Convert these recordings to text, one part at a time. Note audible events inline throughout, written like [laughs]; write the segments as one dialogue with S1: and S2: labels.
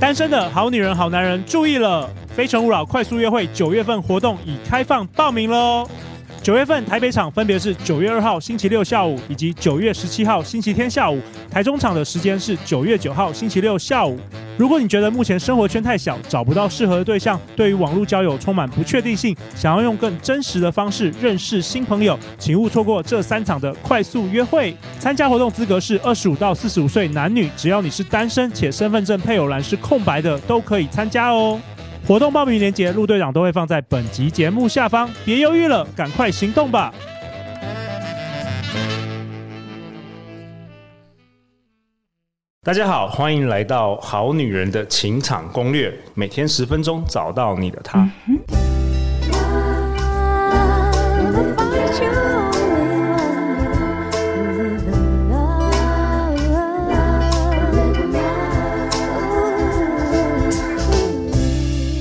S1: 单身的好女人、好男人注意了！《非诚勿扰》快速约会九月份活动已开放报名喽！九月份台北场分别是九月二号星期六下午以及九月十七号星期天下午，台中场的时间是九月九号星期六下午。如果你觉得目前生活圈太小，找不到适合的对象，对于网络交友充满不确定性，想要用更真实的方式认识新朋友，请勿错过这三场的快速约会。参加活动资格是二十五到四十五岁男女，只要你是单身且身份证配偶栏是空白的，都可以参加哦。活动报名链接，陆队长都会放在本集节目下方，别犹豫了，赶快行动吧！
S2: 大家好，欢迎来到《好女人的情场攻略》，每天十分钟，找到你的他。
S3: Love that you only live in love, live in love.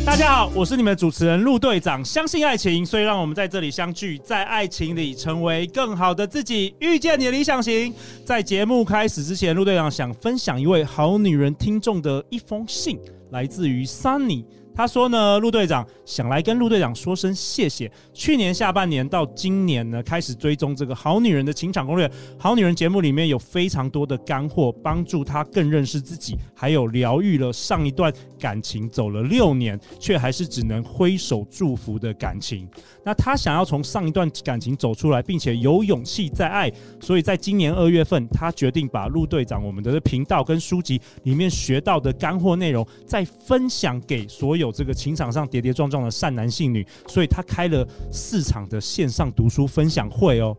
S1: 大家好，我是你们的主持人陆队长。相信爱情，所以让我们在这里相聚，在爱情里成为更好的自己，遇见你的理想型。在节目开始之前，陆队长想分享一位好女人听众的一封信，来自于 Sunny。他说呢，陆队长想来跟陆队长说声谢谢。去年下半年到今年呢，开始追踪这个《好女人的情场攻略》。《好女人》节目里面有非常多的干货，帮助她更认识自己，还有疗愈了上一段感情走了六年却还是只能挥手祝福的感情。那她想要从上一段感情走出来，并且有勇气再爱，所以在今年二月份，她决定把陆队长我们的频道跟书籍里面学到的干货内容，再分享给所有这个情场上跌跌撞撞的善男信女。所以她开了四场的线上读书分享会哦。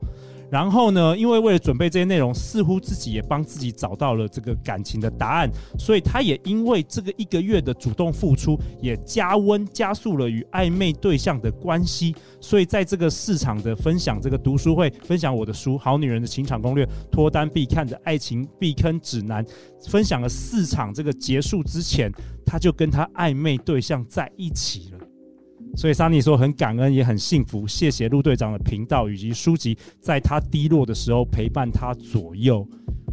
S1: 然后呢，因为为了准备这些内容，似乎自己也帮自己找到了这个感情的答案，所以他也因为这个一个月的主动付出，也加温加速了与暧昧对象的关系。所以在这个市场的分享，这个读书会分享我的书《好女人的情场攻略》，脱单必看的爱情避坑指南，分享了四场。这个结束之前，他就跟他暧昧对象在一起了。所以桑尼说很感恩，也很幸福，谢谢陆队长的频道以及书籍，在他低落的时候陪伴他左右。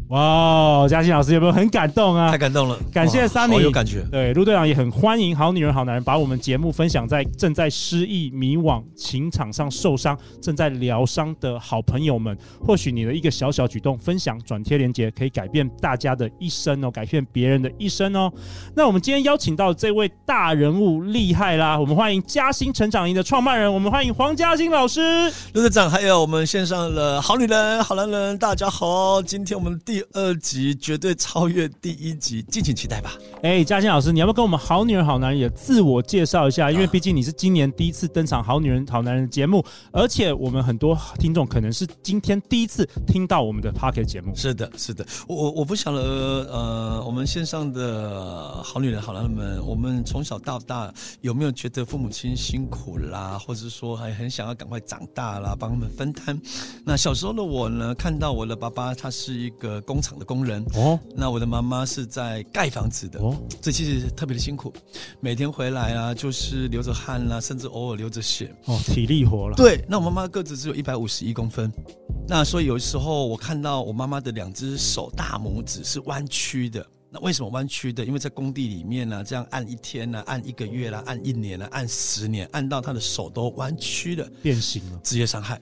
S1: 哇，嘉欣老师有没有很感动啊
S4: 太？感动了，
S1: 感谢
S4: 哇
S1: Sunny
S4: 好有感觉。
S1: 对，陆队长也很欢迎《好女人好男人》把我们节目分享在正在失意、迷惘、情场上受伤、正在疗伤的好朋友们。或许你的一个小小举动，分享、转贴连接，可以改变大家的一生哦，改变别人的一生哦。那我们今天邀请到这位大人物厉害啦，我们欢迎嘉兴成长营的创办人，我们欢迎黄嘉欣老师。
S4: 陆队长，还有我们线上的好女人、好男人，大家好！今天我们第二集绝对超越第一集，敬请期待吧。
S1: 哎，嘉欣老师，你要不要跟我们《好女人好男人》也自我介绍一
S4: 啊
S1: 下？因为毕竟你是今年第一次登场《好女人好男人》节目，而且我们很多听众可能是今天第一次听到我们的 p o c k e t 节目。
S4: 是的，是的，我我我不晓得，呃，我们线上的好女人、好男人们，我们从小到大有没有觉得父母亲辛苦啦，或者说还很想要赶快长大啦，帮他们分摊？那小时候的我呢，看到我的爸爸他是一个工厂的工人，
S1: 哦
S4: 那我的妈妈是在盖房子的，
S1: 哦，
S4: 这其实特别的辛苦，每天回来啊，就是流着汗啦、甚至偶尔流着血。
S1: 哦，体力活了。
S4: 对，那我妈妈个子只有一百五十一公分，那所以有时候我看到我妈妈的两只手大拇指是弯曲的。那为什么弯曲的？因为在工地里面呢、啊这样按一天呢、按一个月啦、按一年啦、啊按十年，按到她的手都弯曲了。
S1: 变形了。
S4: 职业伤害。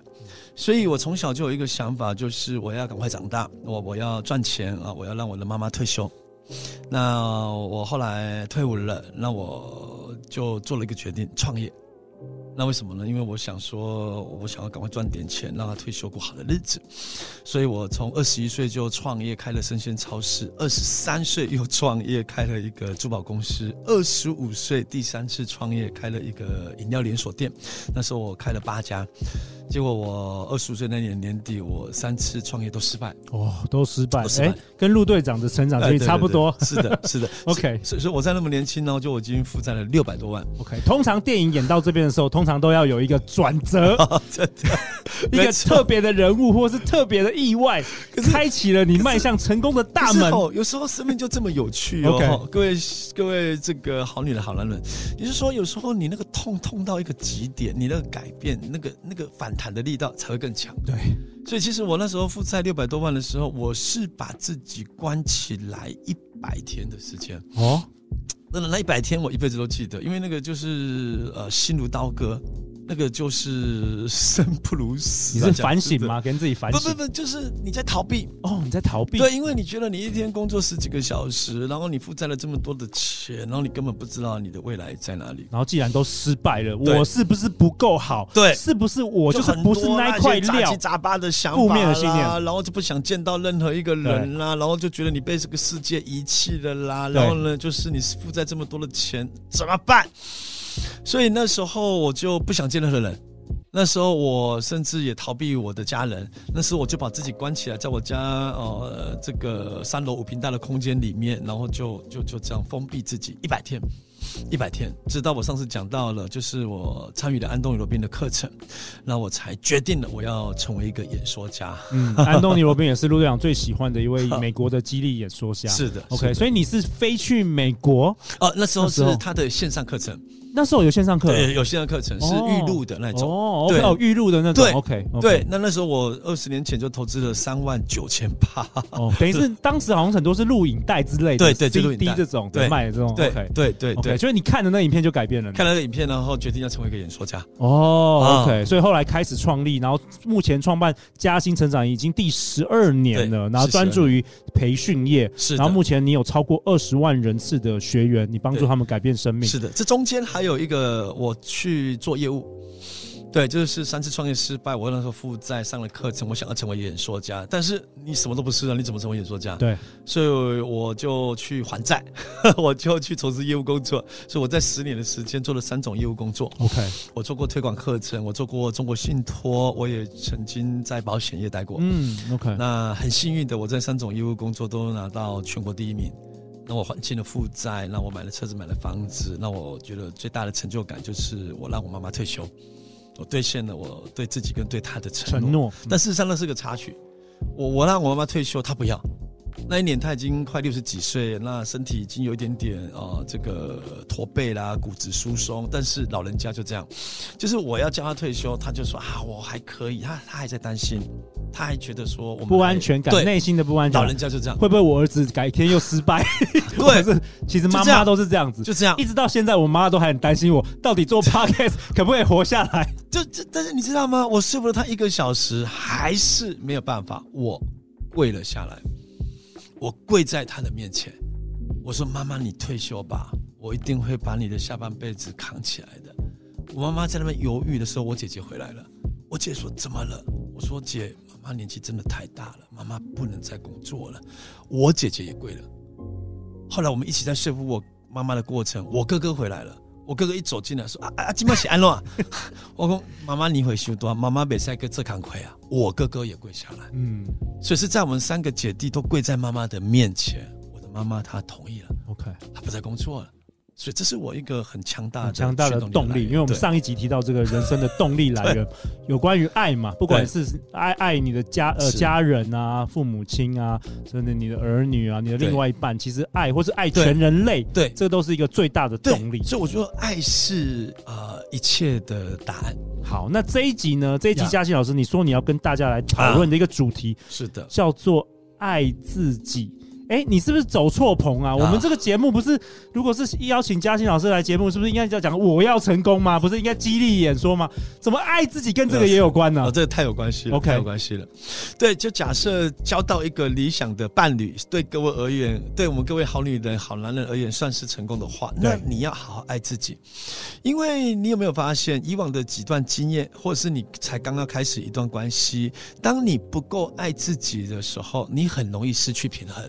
S4: 所以我从小就有一个想法，就是我要赶快长大，我我要赚钱啊，我要让我的妈妈退休。那我后来退伍了，那我就做了一个决定，创业。那为什么呢？因为我想说，我想要赶快赚点钱，让他退休过好的日子。所以我从二十一岁就创业，开了生鲜超市；二十三岁又创业，开了一个珠宝公司；二十五岁第三次创业，开了一个饮料连锁店。那时候我开了八家，结果我二十五岁那年年底，我三次创业都失败。
S1: 哦，都失败。
S4: 都失败
S1: 哎，跟陆队长的成长
S4: 哎
S1: 经历
S4: 对
S1: 差不
S4: 对对
S1: 多。。
S4: 是的，是的
S1: OK [laughs]
S4: 所以所以我在那么年轻呢，就我已经负债了六
S1: [laughs]
S4: 百多万。
S1: OK，通常电影演到这边的时候，通常都要有一个转折，
S4: 啊真的，
S1: 一个
S4: [laughs] 没错
S1: 特别的人物或是特别的意外，开启了你迈向成功的大
S4: 可是
S1: 门。
S4: 哦，有时候生命就这么有趣哦
S1: OK [laughs]
S4: 哦各位各位这个好女人好男人，也就是说有时候你那个痛痛到一个极点，你那个改变那个那个反弹的力道才会更强。
S1: 对，
S4: 所以其实我那时候负债六百多万的时候，我是把自己关起来一百天的时间。
S1: 哦，
S4: 那那一百天我一辈子都记得，因为那个就是呃心如刀割，那个就是 [laughs] 生不如死
S1: 你
S4: 啊。
S1: 是
S4: 讲
S1: 反
S4: 真
S1: 省
S4: 的？
S1: 吗？跟自己反
S4: 不
S1: 省？
S4: 不不，就是你在逃避。
S1: 哦，你在逃避？
S4: 对，因为你觉得你一天工作十几个小时，然后你负债了这么多的钱，然后你根本不知道你的未来在哪里。
S1: 然后既然都失败了，
S4: 对
S1: 我是不是不够好？
S4: 对
S1: 是不是我就是
S4: 很
S1: 不是
S4: 多
S1: 那一块
S4: 些杂
S1: 料
S4: 七？杂八的想法
S1: 负面的信念
S4: 啦，然后就不想见到任何一个人啦，然后就觉得你被这个世界遗弃了啦，
S1: 对
S4: 然后呢，就是你负债这么多的钱怎么办？所以那时候我就不想见任何人。那时候我甚至也逃避我的家人，那时候我就把自己关起来，在我家呃这个三楼五平大的空间里面，然后就就就这样封闭自己一百天，一百天，直到我上次讲到了，就是我参与了安东尼罗宾的课程，那我才决定了我要成为一个演说家。
S1: 嗯，安东尼·罗宾也是陆队长最喜欢的一
S4: [laughs]
S1: 位美国的激励演说家。
S4: 是的是
S1: ，OK，
S4: 的
S1: 所以你是飞去美国，
S4: 哦，那时候
S1: 那时候
S4: 是他的线上课程，
S1: 那时候有线上课
S4: 对，有线上课程是预录的那种。
S1: 哦，OK，
S4: 对
S1: 哦，预录的那种
S4: 对
S1: 哦，OK，, o k
S4: 对，那那时候我二十年前就投资了三万九千
S1: [laughs]
S4: 八，
S1: 哦，等于是当时好像很多是录影带之类的，
S4: 对对就录
S1: c
S4: 影
S1: d
S4: 带
S1: 这种
S4: 对
S1: 卖的这种，
S4: 对
S1: OK
S4: 对对
S1: OK，
S4: 对，
S1: 就是你看的那影片就改变了你。
S4: 看了那个影片，然后决定要成为一个演说家。
S1: 哦
S4: 啊
S1: ，OK，所以后来开始创立，然后目前创办嘉兴成长已经第十二年了，
S4: 对
S1: 然后专注于培训业，
S4: 是
S1: 然后
S4: 的，
S1: 目前你有超过二十万人次的学员，你帮助
S4: 对
S1: 他们改变生命。
S4: 是的，这中间还有一个我去做业务。对，就是三次创业失败，我那时候负债上了课程，我想要成为演说家，但是你什么都不是啊，你怎么成为演说家？
S1: 对，
S4: 所以我就去还债， [laughs] 我就去从事业务工作。所以我在十年的时间做了三种业务工作，
S1: ，OK，
S4: 我做过推广课程，我做过中国信托，我也曾经在保险业待过。
S1: 嗯，OK，
S4: 那很幸运的，我在三种业务工作都拿到全国第一名。那我还清了负债，那我买了车子，买了房子。那我觉得最大的成就感就是我让我妈妈退休，我兑现了我对自己跟对她的承诺。
S1: 承诺，
S4: 但事实上那是个插曲。我我让我妈妈退休，她不要。那一年她已经快六十几岁，那身体已经有一点点呃这个驼背啦、骨质疏松，但是老人家就这样，就是我要叫她退休，她就说啊我还可以，她她还在担心，她还觉得说我们
S1: 不安
S4: 还
S1: 全感，
S4: 对，
S1: 内心的不安全
S4: 老
S1: 感
S4: 人家就这样，
S1: 会不会我儿子改天又失败？
S4: [laughs]
S1: [laughs]
S4: 对，
S1: 是其实妈
S4: 就这
S1: 妈
S4: 样
S1: 都是这样子，
S4: 就这样
S1: 一，直到现在，我妈都还很担心我到底
S4: [laughs]
S1: 做 podcast 可不可以活下来。
S4: 就这，但是你知道吗？我说服了他一个小时，还是没有办法，我跪了下来，我跪在他的面前，我说：“妈妈，你退休吧，我一定会把你的下半辈子扛起来的。”我妈妈在那边犹豫的时候，我姐姐回来了。我姐说：“怎么了？”我说：“姐，妈妈年纪真的太大了，妈妈不能再工作了。”我姐姐也跪了。后来我们一起在说服我妈妈的过程，我哥哥回来了。我哥哥一走进来说：“啊啊，今麦是安诺。”我讲：“妈妈，你回休多，妈妈别再跟这扛亏啊。”我哥哥也跪下来，
S1: 嗯
S4: 所以是在我们三个姐弟都跪在妈妈的面前。我的妈妈她同意了，
S1: ，OK，
S4: 她不再工作了。所以这是我一个很强大的
S1: 很强大的
S4: 啊驱
S1: 动
S4: 来
S1: 力，
S4: 源
S1: 因为我们
S4: 对
S1: 上一集提到这个人生的动力来
S4: [laughs]
S1: 源，有关于爱嘛，不管是爱爱你的家呃
S4: 是
S1: 家人啊、父母亲啊，甚至你的儿女啊、你的另
S4: 对
S1: 外一半，其实爱或是爱
S4: 对
S1: 全人类，
S4: 对
S1: 这都是一个最大的
S4: 对
S1: 动力。
S4: 所以我觉得爱是呃一切的答案。
S1: 好，那这一集呢？这一集
S4: 呀啊
S1: 嘉欣老师，你说你要跟大家来讨论的一个主题，
S4: 是的，
S1: 叫做爱自己。哎，你是不是走错棚啊？我们这个节目不是，如果是邀请嘉欣老师来节目，是不是应该要讲我要成功吗？不是应该激励演说吗？怎么爱自己跟这个也有关呢、
S4: 哦，这个太有关系了
S1: OK
S4: 太有关系了。对，就假设交到一个理想的伴侣，对各位而言，对我们各位好女人、好男人而言，算是成功的话，那
S1: 对
S4: 你要好好爱自己，因为你有没有发现，以往的几段经验，或者是你才刚刚开始一段关系，当你不够爱自己的时候，你很容易失去平衡。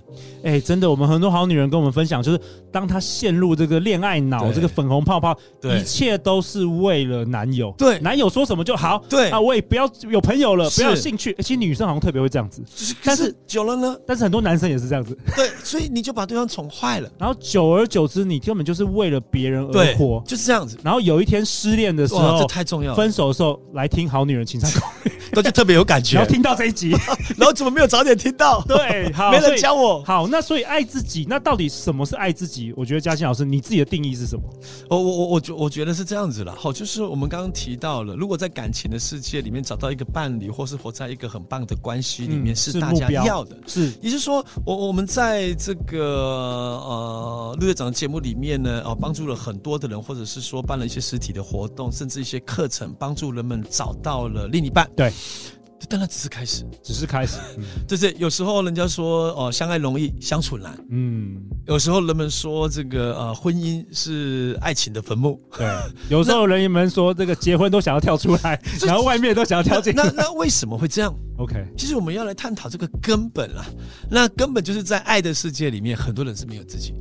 S1: 哎、真的，我们很多好女人跟我们分享，就是当她陷入这个恋爱脑、
S4: 对
S1: 这个粉红泡泡，
S4: 对
S1: 一切都是为了男友。
S4: 对
S1: 男友说什么就好。
S4: 对
S1: 啊，我也不要有朋友了，不
S4: 是
S1: 要有兴趣、诶其实女生好像特别会这样子，但
S4: 但
S1: 是
S4: 是久了呢，
S1: 但是很多男生也是这样子。 [laughs]
S4: 对，所以你就把对方宠坏了。
S1: 然后久而久之，你根本就是为了别人而
S4: 对
S1: 活，。
S4: 就是这样子。
S1: 然后有一天失恋的时
S4: 哇，这
S1: 候，
S4: 太重要了，
S1: 分手的时候来听《好女人
S4: [laughs]
S1: 情场攻略
S4: 那就特别有感》，觉 [laughs]
S1: 然后。听到这一集，
S4: 然后怎么没有早点听到？
S1: 对，好，
S4: 没
S1: 所
S4: 人
S1: 以
S4: 教我。
S1: 好，好，那所以爱自己，那到底什么是爱自己？我觉得嘉欣老师，你自己的定义是什么？
S4: 哦我我我我觉我觉得是这样子了，好，就是我们刚刚提到了，如果在感情的世界里面找到一个伴侣，或是活在一个很棒的关系里面，
S1: 嗯
S4: 是
S1: 是
S4: 大
S1: 目
S4: 家
S1: 标
S4: 要的。
S1: 是
S4: 也就是说，我我们在这个呃陆队长的节目里面呢，哦，帮助了很多的人，或者是说办了一些实体的活动，甚至一些课程，帮助人们找到了另一半。
S1: 对，
S4: 但那只是开始，
S1: 只是开始，
S4: 嗯就是有时候人家说哦、相爱容易相处难，
S1: 嗯，
S4: 有时候人们说这个呃，婚姻是爱情的坟墓。
S1: 对。有时候人们说这个结婚都想要跳出来，
S4: [laughs] 这
S1: 然后外面都想要跳进
S4: 那
S1: 来。
S4: 那为什么会这样？
S1: OK，
S4: 其实我们要来探讨这个根本啦。那根本就是在爱的世界里面，很多人是没有自己，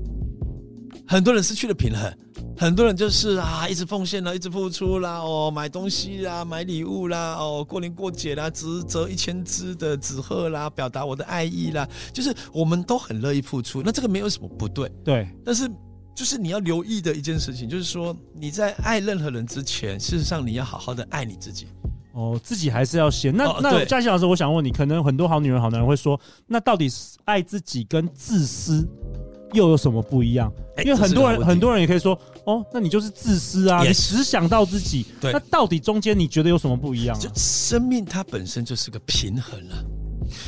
S4: 很多人失去了平衡，很多人就是啊，一直奉献啦，一直付出啦，哦，买东西啦，买礼物啦，哦，过年过节啦，折折一千只的纸鹤啦，表达我的爱意啦，就是我们都很乐意付出。那这个没有什么不对，
S1: 对，
S4: 但是。就是你要留意的一件事情，就是说你在爱任何人之前，事实上你要好好的爱你自己。
S1: 哦，自己还是要先。那、
S4: 哦
S1: 那
S4: 对
S1: 嘉欣老师，我想问你，可能很多好女人、好男人会说，那到底是爱自己跟自私又有什么不一样？
S4: 哎
S1: 因为很多
S4: 这是个好
S1: 人
S4: 问题
S1: 很多人也可以说，哦，那你就是自私啊
S4: Yes
S1: 你只想到自己。
S4: 对
S1: 那到底中间你觉得有什么不一样、啊
S4: 就？生命它本身就是个平衡了、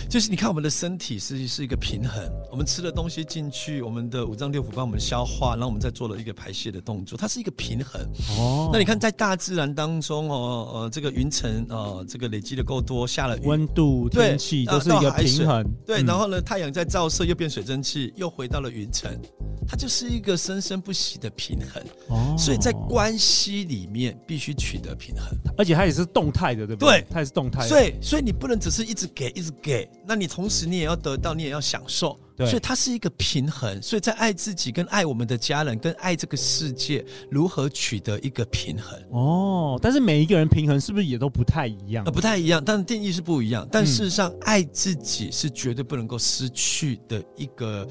S4: 就是你看我们的身体是是一个平衡，我们吃的东西进去，我们的五脏六腑帮我们消化，然后我们再做了一个排泄的动作，它是一个平衡。
S1: 哦，
S4: 那你看在大自然当中哦，呃，这个云层呃，这个累积的够多，下了雨。
S1: 温度、
S4: 对
S1: 天气
S4: 啊
S1: 都是一个
S4: 到海水
S1: 平衡。
S4: 对，
S1: 嗯
S4: 然后呢，太阳在照射，又变水蒸气，又回到了云层，它就是一个生生不息的平衡。
S1: 哦
S4: 所以在关系里面必须取得平衡。
S1: 而且它也是动态的，对不对？
S4: 对
S1: 它也是动态的。
S4: 所以，所以你不能只是一直给，一直给，那你同时你也要得到，你也要享受。
S1: 对
S4: 所以它是一个平衡。所以在爱自己、跟爱我们的家人、跟爱这个世界，如何取得一个平衡？
S1: 哦，但是每一个人平衡是不是也都不太一样
S4: 呃，？不太一样，但定义是不一样。但
S1: 嗯
S4: 事实上，爱自己是绝对不能够失去的一个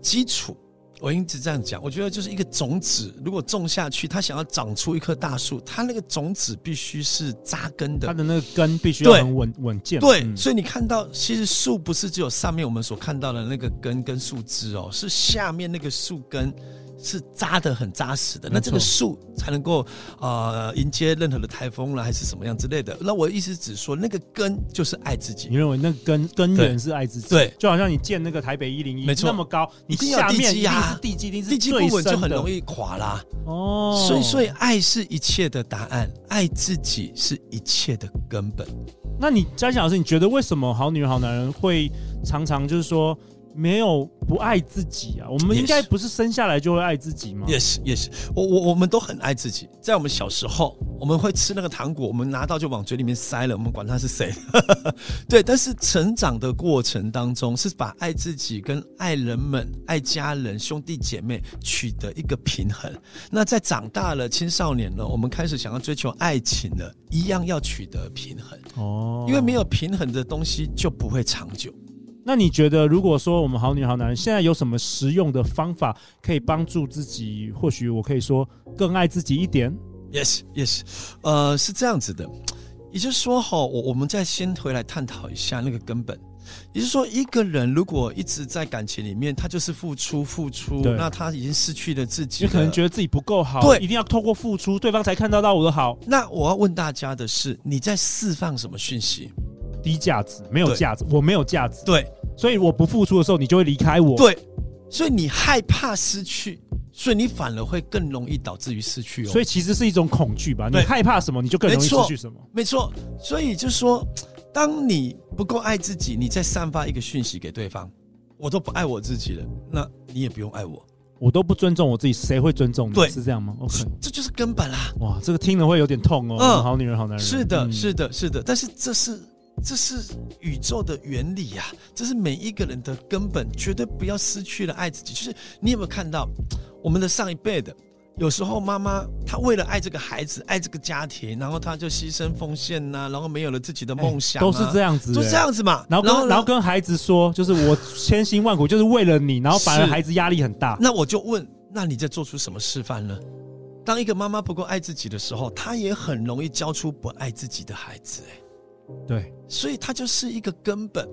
S4: 基础。我一直这样讲，我觉得就是一个种子，如果种下去，它想要长出一棵大树，它那个种子必须是扎根的
S1: 它，的那个根必须要
S4: 对
S1: 很稳稳健。
S4: 对，
S1: 嗯
S4: 所以你看到，其实树不是只有上面我们所看到的那个根跟树枝哦，是下面那个树根是扎得很扎实的，
S1: 没
S4: 那
S1: 错
S4: 这个树才能够呃迎接任何的台风啦，还是什么样之类的。那我的意思只说，那个根就是爱自己
S1: 你。认为那根根源是爱自己？
S4: 对
S1: 就好像你建那个台北一零一
S4: 没错
S1: 那么高，你
S4: 一定要
S1: 下面一
S4: 地基
S1: 定
S4: 啊
S1: 是地基，一定是
S4: 地基不
S1: 最
S4: 稳就
S1: 深
S4: 很
S1: 的
S4: 容易垮啦，
S1: 哦。
S4: 所以所以，爱是一切的答案，爱自己是一切的根本。
S1: 那你嘉欣老师，你觉得为什么好女人、好男人会常常就是说没有不爱自己啊？我们
S4: Yes
S1: 应该不是生下来就会爱自己吗？
S4: Yes, yes，我我我们都很爱自己。在我们小时候，我们会吃那个糖果，我们拿到就往嘴里面塞了，我们管它是谁。 [laughs] 对，但是成长的过程当中，是把爱自己跟爱人们、爱家人、兄弟姐妹取得一个平衡。那在长大了、青少年了，我们开始想要追求爱情了，一样要取得平衡，
S1: 哦，
S4: 因为没有平衡的东西就不会长久。
S1: 那你觉得，如果说我们好女人好男人现在有什么实用的方法可以帮助自己？或许我可以说更爱自己一点。
S4: Yes, yes，呃，是这样子的，也就是说哈，我我们再先回来探讨一下那个根本，也就是说，一个人如果一直在感情里面，他就是付出付出，
S1: 对
S4: 那他已经失去了自己
S1: 你
S4: 了，
S1: 可能觉得自己不够好，
S4: 对
S1: 一定要透过付出，对方才看得到我的好。
S4: 那我要问大家的是，你在释放什么讯息？
S1: 低价值，没有
S4: 对
S1: 价值，我没有价值，
S4: 对
S1: 所以我不付出的时候，你就会离开我。，
S4: 对，所以你害怕失去，所以你反而会更容易导致于失去哦。
S1: 所以其实是一种恐惧吧？你
S4: 对
S1: 害怕什么，你就更容易
S4: 没
S1: 失
S4: 错
S1: 去什么。
S4: 没错，所以就说，当你不够爱自己，你再散发一个讯息给对方，我都不爱我自己了，那你也不用爱我，
S1: 我都不尊重我自己，谁会尊重你？
S4: 对
S1: 是这样吗？OK，
S4: 这就是根本啦。
S1: 哇，这个听了会有点痛哦。
S4: 嗯
S1: 我们好女人，好男人，
S4: 是的，
S1: 嗯
S4: 是的，是的，但是这是。这是宇宙的原理呀、这是每一个人的根本，绝对不要失去了爱自己。就是你有没有看到，我们的上一辈的，有时候妈妈她为了爱这个孩子、爱这个家庭，然后她就牺牲奉献呐、然后没有了自己的梦想、啊
S1: 都是这样子，
S4: 都这
S1: 哎。
S4: 样子嘛。
S1: 然后跟然后
S4: 呢
S1: 跟孩子说，就是我千辛万苦就是为了你，然后反而
S4: 是
S1: 孩子压力很大。
S4: 那我就问，那你在做出什么示范呢？当一个妈妈不够爱自己的时候，她也很容易教出不爱自己的孩子、哎，
S1: 对，
S4: 所以她就是一个根本。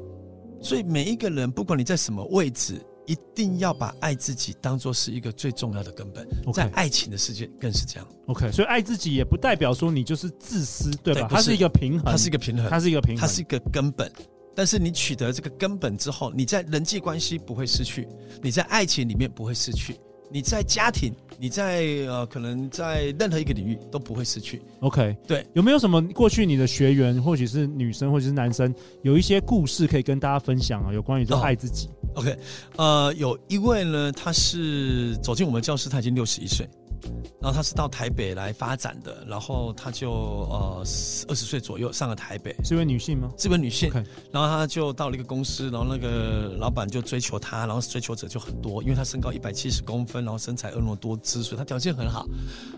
S4: 所以每一个人，不管你在什么位置，一定要把爱自己当做是一个最重要的根本
S1: OK
S4: 在爱情的世界更是这样，
S1: OK，所以爱自己也不代表说你就是自私，对吧？
S4: 对不是
S1: 它是一个平衡，
S4: 它是一个平衡，
S1: 它是一个平衡，
S4: 它是一个根本。但是你取得这个根本之后，你在人际关系不会失去，你在爱情里面不会失去，你在家庭，你在呃，可能在任何一个领域都不会失去。
S1: OK，
S4: 对，
S1: 有没有什么过去你的学员，或许是女生，或许是男生，有一些故事可以跟大家分享啊？有关于这
S4: 哦
S1: 爱自己，
S4: OK，呃，有一位呢，他是走进我们教室，他已经六十一岁，然后他是到台北来发展的，然后他就呃二十岁左右上了台北，
S1: 是一位女性吗？
S4: 是一位女性
S1: OK
S4: 然后她就到了一个公司，然后那个老板就追求她，然后追求者就很多，因为她身高一百七十公分，然后身材婀娜多姿，所以她条件很好。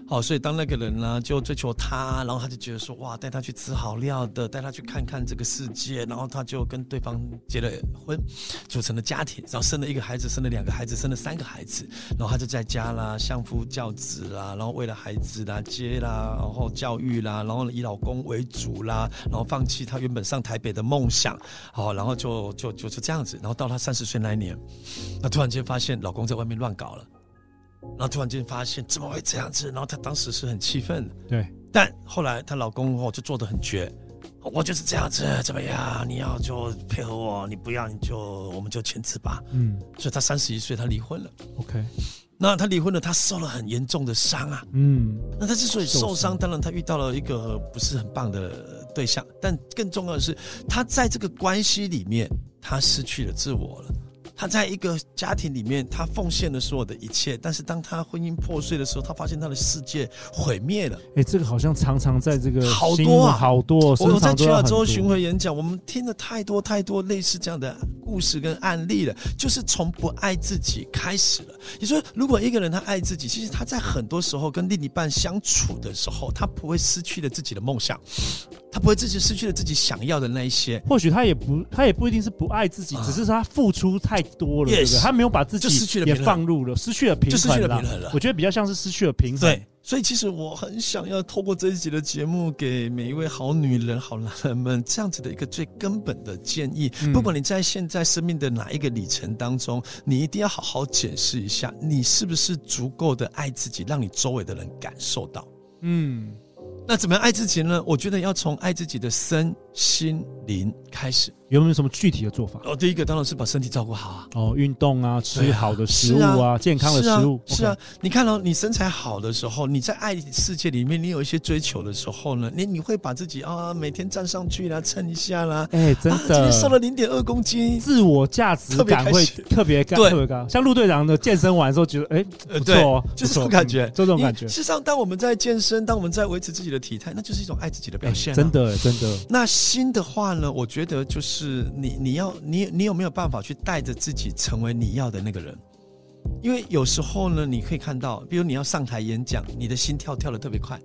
S4: 好，所以当那个人呢就追求她，然后她就觉得说哇，带她去吃好料的，带她去看看这个世界，然后她就跟对方结了婚，组成了家庭，然后生了一个孩子，生了两个孩子，生了三个孩子，然后她就在家啦，相夫教子啦，然后为了孩子啦、接啦，然后教育啦，然后以老公为主啦，然后放弃她原本上台北的梦想，好，然后就就就就这样子，然后到她三十岁那一年，那突然间发现老公在外面乱搞了。然后突然间发现怎么会这样子？然后她当时是很气愤的，
S1: 对，
S4: 但后来她老公哦就做的很绝，我就是这样子，怎么样？你要就配合我，你不要你就我们就签字吧。
S1: 嗯
S4: 所以她三十一岁，她离婚了。
S1: ，OK，
S4: 那她离婚了，她受了很严重的伤啊。
S1: 嗯，
S4: 那她之所以
S1: 受
S4: 受
S1: 伤
S4: 伤，当然她遇到了一个不是很棒的对象，但更重要的是，她在这个关系里面，她失去了自我了。她在一个家庭里面，她奉献了所有的一切，但是当她婚姻破碎的时候，她发现她的世界毁灭了。
S1: 哎、这个好像常常在这个
S4: 好
S1: 新
S4: 多啊
S1: 闻好多，
S4: 我
S1: 身
S4: 我在
S1: 上都
S4: 去
S1: 有
S4: 了
S1: 很
S4: 之后
S1: 多
S4: 巡回演讲，我们听了太多太多类似这样的故事跟案例了，就是从不爱自己开始了。你说，如果一个人他爱自己，其实他在很多时候跟另一半相处的时候，他不会失去了自己的梦想，他不会自己失去了自己想要的那一些。
S1: 或许他也不，他也不一定是不爱自己，
S4: 啊
S1: 只是他付出太多了，对不对？
S4: Yes
S1: 他没有把自己
S4: 就失去了
S1: 也
S4: 平衡
S1: 放入了，失去了平衡
S4: 就失去了
S1: 啦
S4: 平衡了
S1: 我觉得比较像是失去了平衡。
S4: 对，所以其实我很想要透过这一集的节目，给每一位好女人、好男人们这样子的一个最根本的建议。
S1: 嗯
S4: 不管你在现在生命的哪一个里程当中，你一定要好好检视一下，你是不是足够的爱自己，让你周围的人感受到。
S1: 嗯，
S4: 那怎么样爱自己呢？我觉得要从爱自己的身心灵开始。
S1: 有没有什么具体的做法？
S4: 哦，第一个当然是把身体照顾好啊。
S1: 哦，运动啊，吃
S4: 对啊
S1: 好的食物啊，健康的食物，
S4: 是啊。是啊你看到、你身材好的时候，你在爱世界里面，你有一些追求的时候呢，你你会把自己啊每天站上去啦，称一下啦，
S1: OK。哎、真
S4: 啊，今
S1: 的，
S4: 天瘦了零点二公斤，
S1: 自我价值感
S4: [laughs]
S1: 会特别高，
S4: 对
S1: 特别高。像陆队长的健身完之后，觉得哎、
S4: 呃
S1: 不错哦，
S4: 对 [laughs] 就是
S1: 不错
S4: 这种感觉
S1: 嗯就这种感觉
S4: 你事，实上，当我们在健身，当我们在维持自己的体态，那就是一种爱自己的表
S1: 哎
S4: 现、啊
S1: 真。的真的，
S4: 那心的话呢，我觉得就是你你要你你有没有办法去带着自己成为你要的那个人？因为有时候呢，你可以看到，比如你要上台演讲，你的心跳跳得特别快。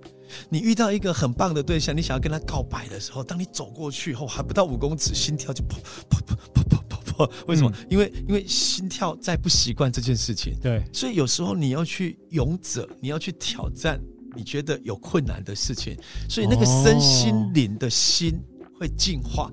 S4: 你遇到一个很棒的对象，你想要跟他告白的时候，当你走过去以后，还不到五公尺，心跳就砰砰砰砰砰砰砰。为什么？因为因为心跳在不习惯这件事情，
S1: 对，
S4: 所以有时候你要去勇者，你要去挑战你觉得有困难的事情，所以那个
S1: 哦
S4: 身心灵的心会进化。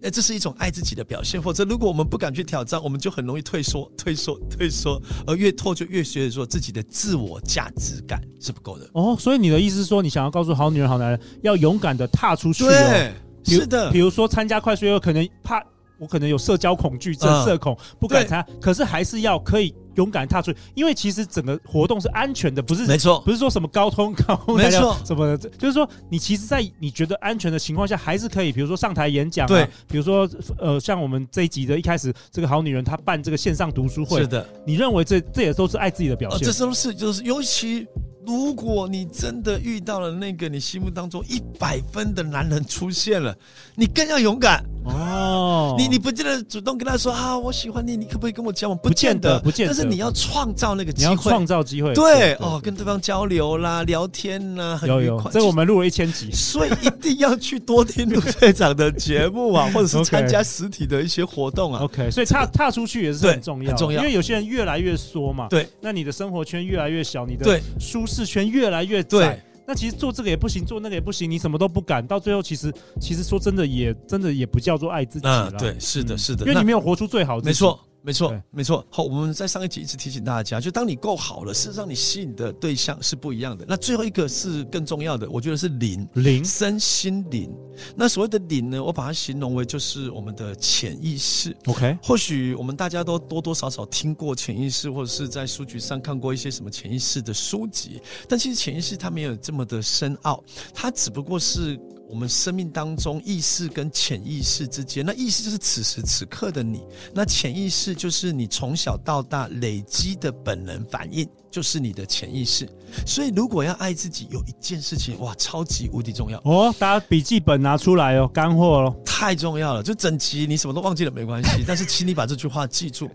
S4: 哎，这是一种爱自己的表现，否则如果我们不敢去挑战，我们就很容易退缩、退缩、退缩，而越拖就越觉得说自己的自我价值感是不够的。
S1: 哦，所以你的意思是说，你想要告诉好女人、好男人，要勇敢的踏出去、哦，
S4: 对，
S1: 比如
S4: 是的
S1: 比，如说参加快速约会，可能怕我可能有社交恐惧症、
S4: 嗯
S1: 社恐，不敢
S4: 对
S1: 参加，可是还是要可以勇敢踏出去，因为其实整个活动是安全的，不是
S4: 没错
S1: 不，是说什么高通高空
S4: 没错
S1: 什么的，就是说你其实，在你觉得安全的情况下，还是可以，比如说上台演讲、啊，
S4: 对，
S1: 比如说呃，像我们这一集的一开始，这个好女人她办这个线上读书会
S4: 是，的。
S1: 你认为这这也都是爱自己的表
S4: 哦，
S1: 现
S4: 这？都是就是，尤其如果你真的遇到了那个你心目当中一百分的男人出现了，你更要勇敢。
S1: 哦，
S4: 你你不见得主动跟他说啊，我喜欢你，你可不可以跟我交往？不
S1: 不见
S4: 见得，
S1: 得不见得
S4: 但是你要创造那个
S1: 你
S4: 机
S1: 要
S4: 会
S1: 创。造机会，
S4: 对哦，跟对方交流啦，聊天啦，很
S1: 有
S4: 愉
S1: 有
S4: 快，。
S1: 这个我们录了一千集
S4: 就。所以一定要去多听陆队长的节目
S1: [laughs]
S4: 啊，或者是
S1: OK
S4: 参加实体的一些活动啊。
S1: OK，所以踏踏出去也是
S4: 对
S1: 很重要的，
S4: 很重要
S1: 因为有些人越来越缩嘛，
S4: 对，
S1: 那你的生活圈越来越小，你的
S4: 对
S1: 舒适圈越来越窄
S4: 对，
S1: 那其实做这个也不行，做那个也不行，你什么都不敢，到最后其实其实说真的也真的也不叫做爱自己了，
S4: 嗯，对，是的，
S1: 嗯
S4: 是的，
S1: 因为
S4: 那
S1: 你没有活出最好自己，
S4: 没错，没错
S1: 对，
S4: 没错。好，我们在上一集一直提醒大家，就当你够好了，事实上你吸引的对象是不一样的。那最后一个是更重要的，我觉得是灵，
S1: 零
S4: 身心灵。那所谓的灵呢，我把它形容为就是我们的潜意识。
S1: ，OK，
S4: 或许我们大家都多多少少听过潜意识，或者是在书局上看过一些什么潜意识的书籍，但其实潜意识它没有这么的深奥，它只不过是我们生命当中意识跟潜意识之间。那意识就是此时此刻的你，那潜意识就是你从小到大累积的本能反应，就是你的潜意识。所以如果要爱自己，有一件事情哇，超级无敌重要。
S1: 哦，大家笔记本拿出来哦，干货喽。
S4: 太重要了，就整集你什么都忘记了没
S1: [laughs]
S4: 关系，但是请你把这句话记住，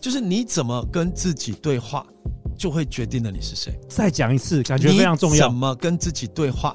S4: 就是你怎么跟自己对话，就会决定了你是谁。
S1: 再讲一次，感觉非常重
S4: 你
S1: 要
S4: 怎。么跟自己对话，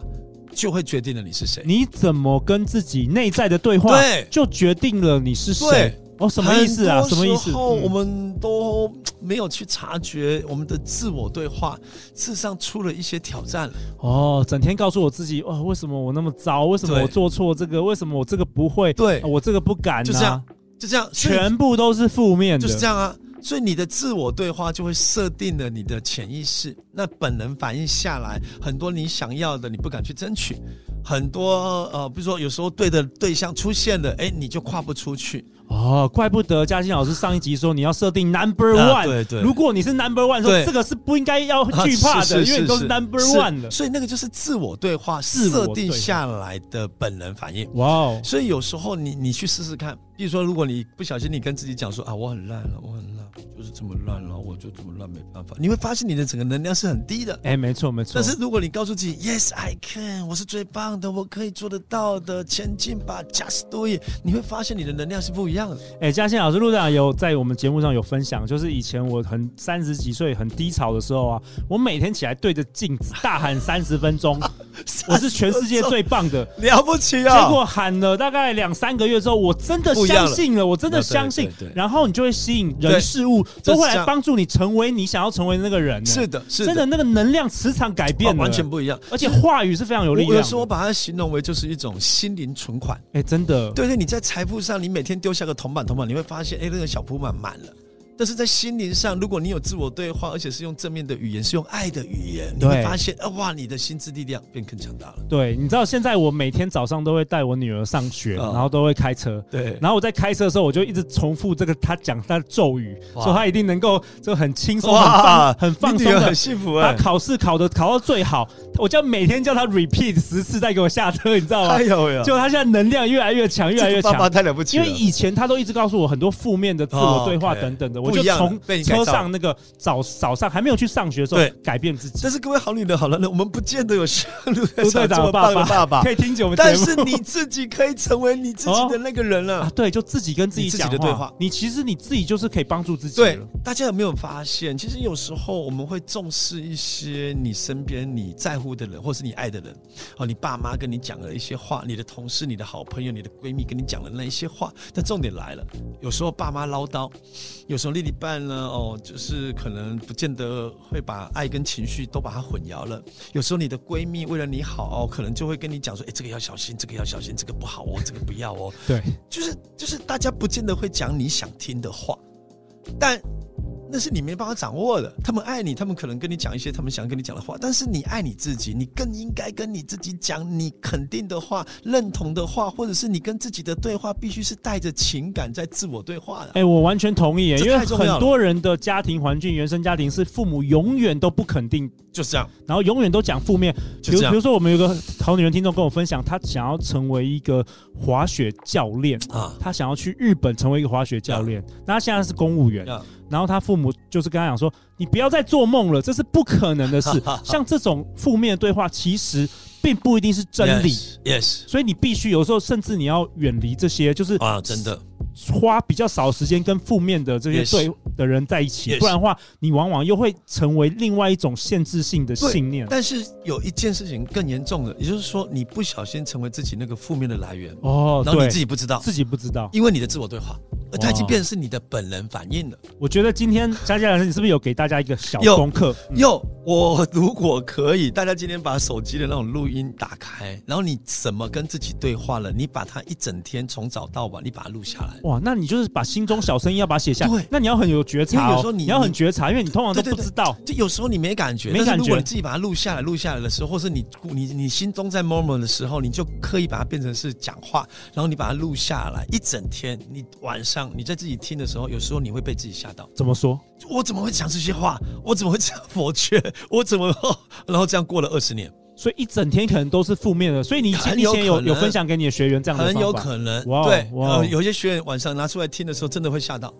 S4: 就会决定了你是谁。
S1: 你怎么跟自己内在的对话，
S4: 对
S1: 就决定了你是谁
S4: 对。
S1: 哦，什么意思啊？
S4: 很
S1: 什
S4: 多
S1: 么意
S4: 时
S1: 思？
S4: 候
S1: 嗯
S4: 我们都没有去察觉我们的自我对话，事实上出了一些挑战了。
S1: 哦，整天告诉我自己，哦，为什么我那么糟？为什么
S4: 对
S1: 我做错这个？为什么我这个不会？
S4: 对
S1: 啊我这个不敢、啊，
S4: 就这样，就这样，所以
S1: 全部都是负面的。
S4: 就是这样啊。所以你的自我对话就会设定了你的潜意识，那本能反应下来，很多你想要的你不敢去争取，很多呃，比如说有时候对的对象出现了，哎，你就跨不出去。
S1: 哦，怪不得嘉欣老师上一集说你要设定 number
S4: 啊
S1: one，、
S4: 对对
S1: 如果你是 number one，说
S4: 对
S1: 这个是不应该要
S4: 啊
S1: 惧怕的，
S4: 是是
S1: 因为你都
S4: 是
S1: 是
S4: 是
S1: number one 的
S4: 是。所以那个就是自我对话
S1: 自我对
S4: 设
S1: 话
S4: 定下来的本能反应。
S1: 哇哦，
S4: 所以有时候你你去试试看，比如说如果你不小心你跟自己讲说啊我很烂了，我很烂，我就是这么烂了，我就这么烂没办法，你会发现你的整个能量是很低的。
S1: 哎、没错没错。
S4: 但是如果你告诉自己 “Yes I can”，我是最棒的，我可以做得到的，前进吧，Just do it，你会发现你的能量是不一样的。
S1: 哎、嘉欣老师，陆队长有在我们节目上有分享，就是以前我很三十几岁很低潮的时候啊，我每天起来对着镜子大喊三十分
S4: [laughs]
S1: 钟，我是全世界最棒的。
S4: 了不起啊！
S1: 结果喊了大概两三个月之后，我真的
S4: 不一样
S1: 相
S4: 了
S1: 信了，我真的相信
S4: 对对，对
S1: 然后你就会吸引人
S4: 对
S1: 事物，
S4: 这
S1: 都
S4: 是
S1: 会来
S4: 这样
S1: 帮助你成为你想要成为的那个人呢。
S4: 是的，是
S1: 真的那个能量磁场改
S4: 哦
S1: 变了，
S4: 完全不一样。
S1: 而且话语是非常有
S4: 我
S1: 力
S4: 有
S1: 量
S4: 时候我
S1: 的。
S4: 把它形容为就是一种心灵存款。
S1: 哎，真的，
S4: 对对，你在财富上，你每天丢下个铜板，铜板，你会发现，哎，那个小铺满满了。但是在心灵上，如果你有自我对话，而且是用正面的语言，是用爱的语言，你
S1: 对
S4: 会发现，啊，哇，你的心智力量变更强大了。
S1: 对，你知道现在我每天早上都会带我女儿上学，
S4: 嗯
S1: 然后都会开车。
S4: 对
S1: 然后我在开车的时候，我就一直重复这个她讲她的咒语，
S4: 哇
S1: 说她一定能够就很轻松、很放、很放
S4: 你
S1: 松
S4: 女儿
S1: 的
S4: 很幸福
S1: 把
S4: 哎、
S1: 考试考的考到最好，我叫每天叫他 repeat 十次再给我下车，你知道吗？
S4: 呦喂啊
S1: 就他现在能量越来越强，越来越
S4: 这个爸爸
S1: 强。
S4: 太了不起
S1: 因
S4: 了，
S1: 为以前他都一直告诉我很多负面的自我对话
S4: 哦，OK
S1: 等等的，我
S4: 不
S1: 就
S4: 一样了
S1: 从
S4: 被你改
S1: 车
S4: 造
S1: 上那个早早上还没有去上学的时
S4: 对
S1: 候改变自己。
S4: 但是各位好女人、好男人，我们不见得有像陆
S1: 陆队长的
S4: 队长这么
S1: 爸
S4: 棒的爸爸
S1: 可，以听久我们节目。
S4: 但是你自己可以成为你自己的那个人了。
S1: 啊，对，就自己跟自己
S4: 你自己
S1: 讲
S4: 的对话
S1: 你其实你自己就是可以帮助自己
S4: 对
S1: 了。，
S4: 大家有没有发现，其实有时候我们会重视一些你身边你在乎的人，或是你爱的人，哦，你爸妈跟你讲了一些话，你的同事、你的好朋友、你的闺蜜跟你讲的那一些话。但重点来了，有时候爸妈唠叨，有时候另一半呢，哦，就是可能不见得会把爱跟情绪都把它混淆了。有时候你的闺蜜为了你好，哦，可能就会跟你讲说，哎，这个要小心，这个要小心，这个不好哦，这个不要哦。
S1: 对，
S4: 就是就是大家不见得会讲你想听的话，但那是你没办法掌握的。他们爱你，他们可能跟你讲一些他们想跟你讲的话，但是你爱你自己，你更应该跟你自己讲你肯定的话、认同的话，或者是你跟自己的对话，必须是带着情感在自我对话的。
S1: 哎、我完全同意耶，因
S4: 这
S1: 为
S4: 太重要了
S1: 很多人的家庭环境、原生家庭是父母永远都不肯定
S4: 就是这样，
S1: 然后永远都讲负面。比
S4: 就
S1: 如
S4: 这样
S1: 比如说，我们有个好女人听众跟我分享，她想要成为一个滑雪教练
S4: 啊
S1: 她想要去日本成为一个滑雪教练。那她现在是公务员
S4: 啊，
S1: 然后她父母就是跟她讲说：“你不要再做梦了，这是不可能的事。”
S4: [laughs]
S1: 像这种负面的对话，其实并不一定是真理。
S4: ，yes
S1: 所以你必须有时候甚至你要远离这些，就是
S4: 啊，真的
S1: 花比较少时间跟负面的这些
S4: Yes
S1: 对的人在一起，
S4: Yes
S1: 不然的话，你往往又会成为另外一种限制性的
S4: 对
S1: 信念。
S4: 但是有一件事情更严重的，也就是说，你不小心成为自己那个负面的来源，
S1: 哦，
S4: 然后
S1: 对
S4: 你自己不知道，
S1: 自己不知道。
S4: 因为你的自我对话，而它已经
S1: 哇
S4: 变成是你的本能反应了。
S1: 我觉得今天佳佳老师，你是不是有给大家一个小
S4: 有
S1: 功课？嗯
S4: 又我如果可以，大家今天把手机的那种录音打开，然后你怎么跟自己对话了？你把它一整天从早到晚，你把它录下来。
S1: 哇，那你就是把心中小声音要把它写下，
S4: 对
S1: 那你要很有觉
S4: 因
S1: 察、
S4: 为
S1: 哦，
S4: 有时候你
S1: 你要很觉察，因为你通常都
S4: 对对
S1: 不
S4: 对
S1: 知道。
S4: 就有时候你没感觉，
S1: 没
S4: 但是
S1: 感觉
S4: 如果你自己把它录下来，录下来的时候，或是你你你心中在 murmur 的时候，你就刻意把它变成是讲话，然后你把它录下来一整天。你晚上你在自己听的时候，有时候你会被自己吓到。
S1: 怎么说？
S4: 我怎么会讲这些话？我怎么会讲佛缺？ [laughs] 我怎么？然后这样过了二十年，
S1: 所以一整天可能都是负面的，所以你以前
S4: 很
S1: 你以
S4: 有
S1: 前有
S4: 可能
S1: 有分享给你的学员这样的
S4: 很有
S1: 方法
S4: 可能。
S1: 哇哦
S4: 对，
S1: 哇哦
S4: 呃，有些学员晚上拿出来听的时候，真的会吓到，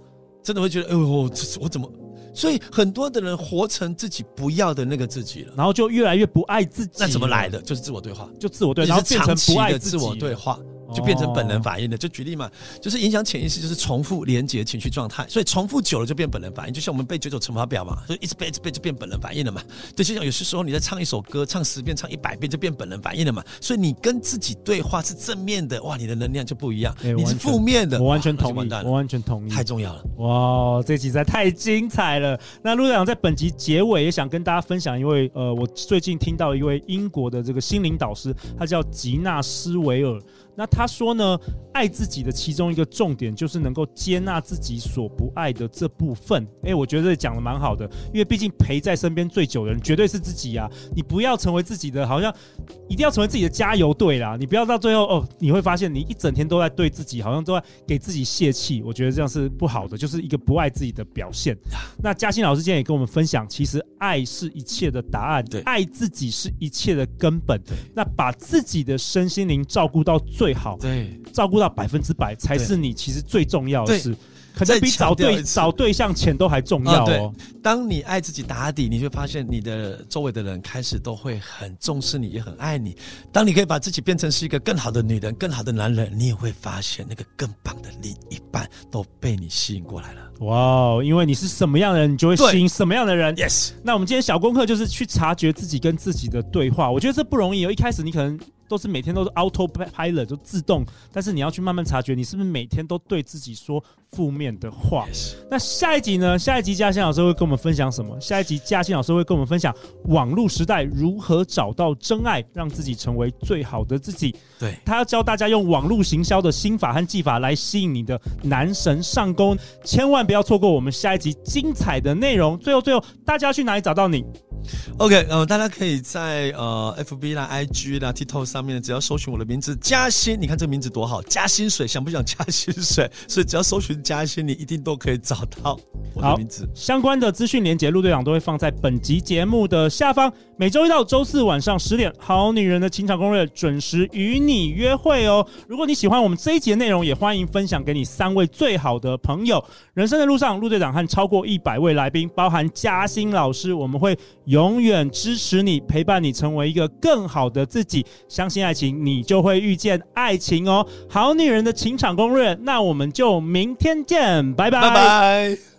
S4: 真的会觉得，哎呦，我这我怎么？所以很多的人活成自己不要的那个自己了。
S1: 然后就越来越不爱自己。
S4: 那怎么来？的？就是自我对话，
S1: 就自我对，
S4: 就
S1: 然
S4: 是
S1: 后变成
S4: 长期
S1: 不爱
S4: 的
S1: 自
S4: 自
S1: 己哦
S4: 我对话，就变成本能反应的。就举例嘛，就是影响潜意识，就是重复连接情绪状态，所以重复久了就变本能反应。就像我们背九九乘法表嘛，就一直背一直背就变本能反应了嘛。对，就像有些时候你在唱一首歌，唱十遍、唱一百遍就变本能反应了嘛。所以你跟自己对话是正面的，哇，你的能量就不一样；
S1: 哎
S4: 你
S1: 完
S4: 是
S1: 全
S4: 负面的，
S1: 我完
S4: 哇
S1: 全
S4: 那就
S1: 同
S4: 完
S1: 意
S4: 蛋，了
S1: 我完全同意。
S4: 太重要了。
S1: 哇，这集实在太精彩了！那陆队长在本集结尾也想跟大家分享一位，呃，我最近听到一位英国的这个心灵导师，他叫吉纳斯维尔。那他说呢，爱自己的其中一个重点就是能够接纳自己所不爱的这部分。诶，我觉得这讲的蛮好的，因为毕竟陪在身边最久的人绝对是自己啊。你不要成为自己的，好像一定要成为自己的加油队啦。你不要到最后哦，你会发现你一整天都在对自己，好像都在给自己泄气。我觉得这样是不好的，就是一个不爱自己的表现。那嘉欣老师今天也跟我们分享，其实爱是一切的答案，
S4: 对
S1: 爱自己是一切的根本。那把自己的身心灵照顾到最好，
S4: 对，
S1: 照顾到百分之百，才
S4: 对
S1: 是你其实最重要的
S4: 对
S1: 事，可能比
S4: 再强
S1: 找
S4: 调
S1: 对
S4: 一次
S1: 找对象前都还重要
S4: 啊对
S1: 哦。
S4: 当你爱自己打底，你就发现你的周围的人开始都会很重视你，也很爱你。当你可以把自己变成是一个更好的女人、更好的男人，你也会发现那个更棒的另一半都被你吸引过来了。
S1: 哇哦，因为你是什么样的人，你就会
S4: 对
S1: 吸引什么样的人。
S4: Yes，
S1: 那我们今天小功课就是去察觉自己跟自己的对话，我觉得这不容易哦。一开始你可能都是每天都是 auto pilot 就自动，但是你要去慢慢察觉，你是不是每天都对自己说负面的话。那下一集呢？下一集嘉欣老师会跟我们分享什么？下一集嘉欣老师会跟我们分享网络时代如何找到真爱，让自己成为最好的自己。
S4: 对，
S1: 他要教大家用网络行销的心法和技法来吸引你的男神上钩，千万不要错过我们下一集精彩的内容。最后，最后，大家去哪里找到你？
S4: OK，呃，大家可以在呃 FB 啦、IG 啦、TikTok 上面，只要搜寻我的名字嘉欣，你看这个名字多好，嘉薪水，想不想加薪水？所以只要搜寻嘉欣，你一定都可以找到我的
S1: 好
S4: 名字。
S1: 相关的资讯连结，陆队长都会放在本集节目的下方。每周一到周四晚上十点，《好女人的情场攻略》准时与你约会哦。如果你喜欢我们这一节内容，也欢迎分享给你三位最好的朋友。人生的路上，陆队长和超过一百位来宾，包含嘉欣老师，我们会永远支持你，陪伴你成为一个更好的自己。相信爱情，你就会遇见爱情哦。《好女人的情场攻略》，那我们就明天见，拜
S4: 拜拜。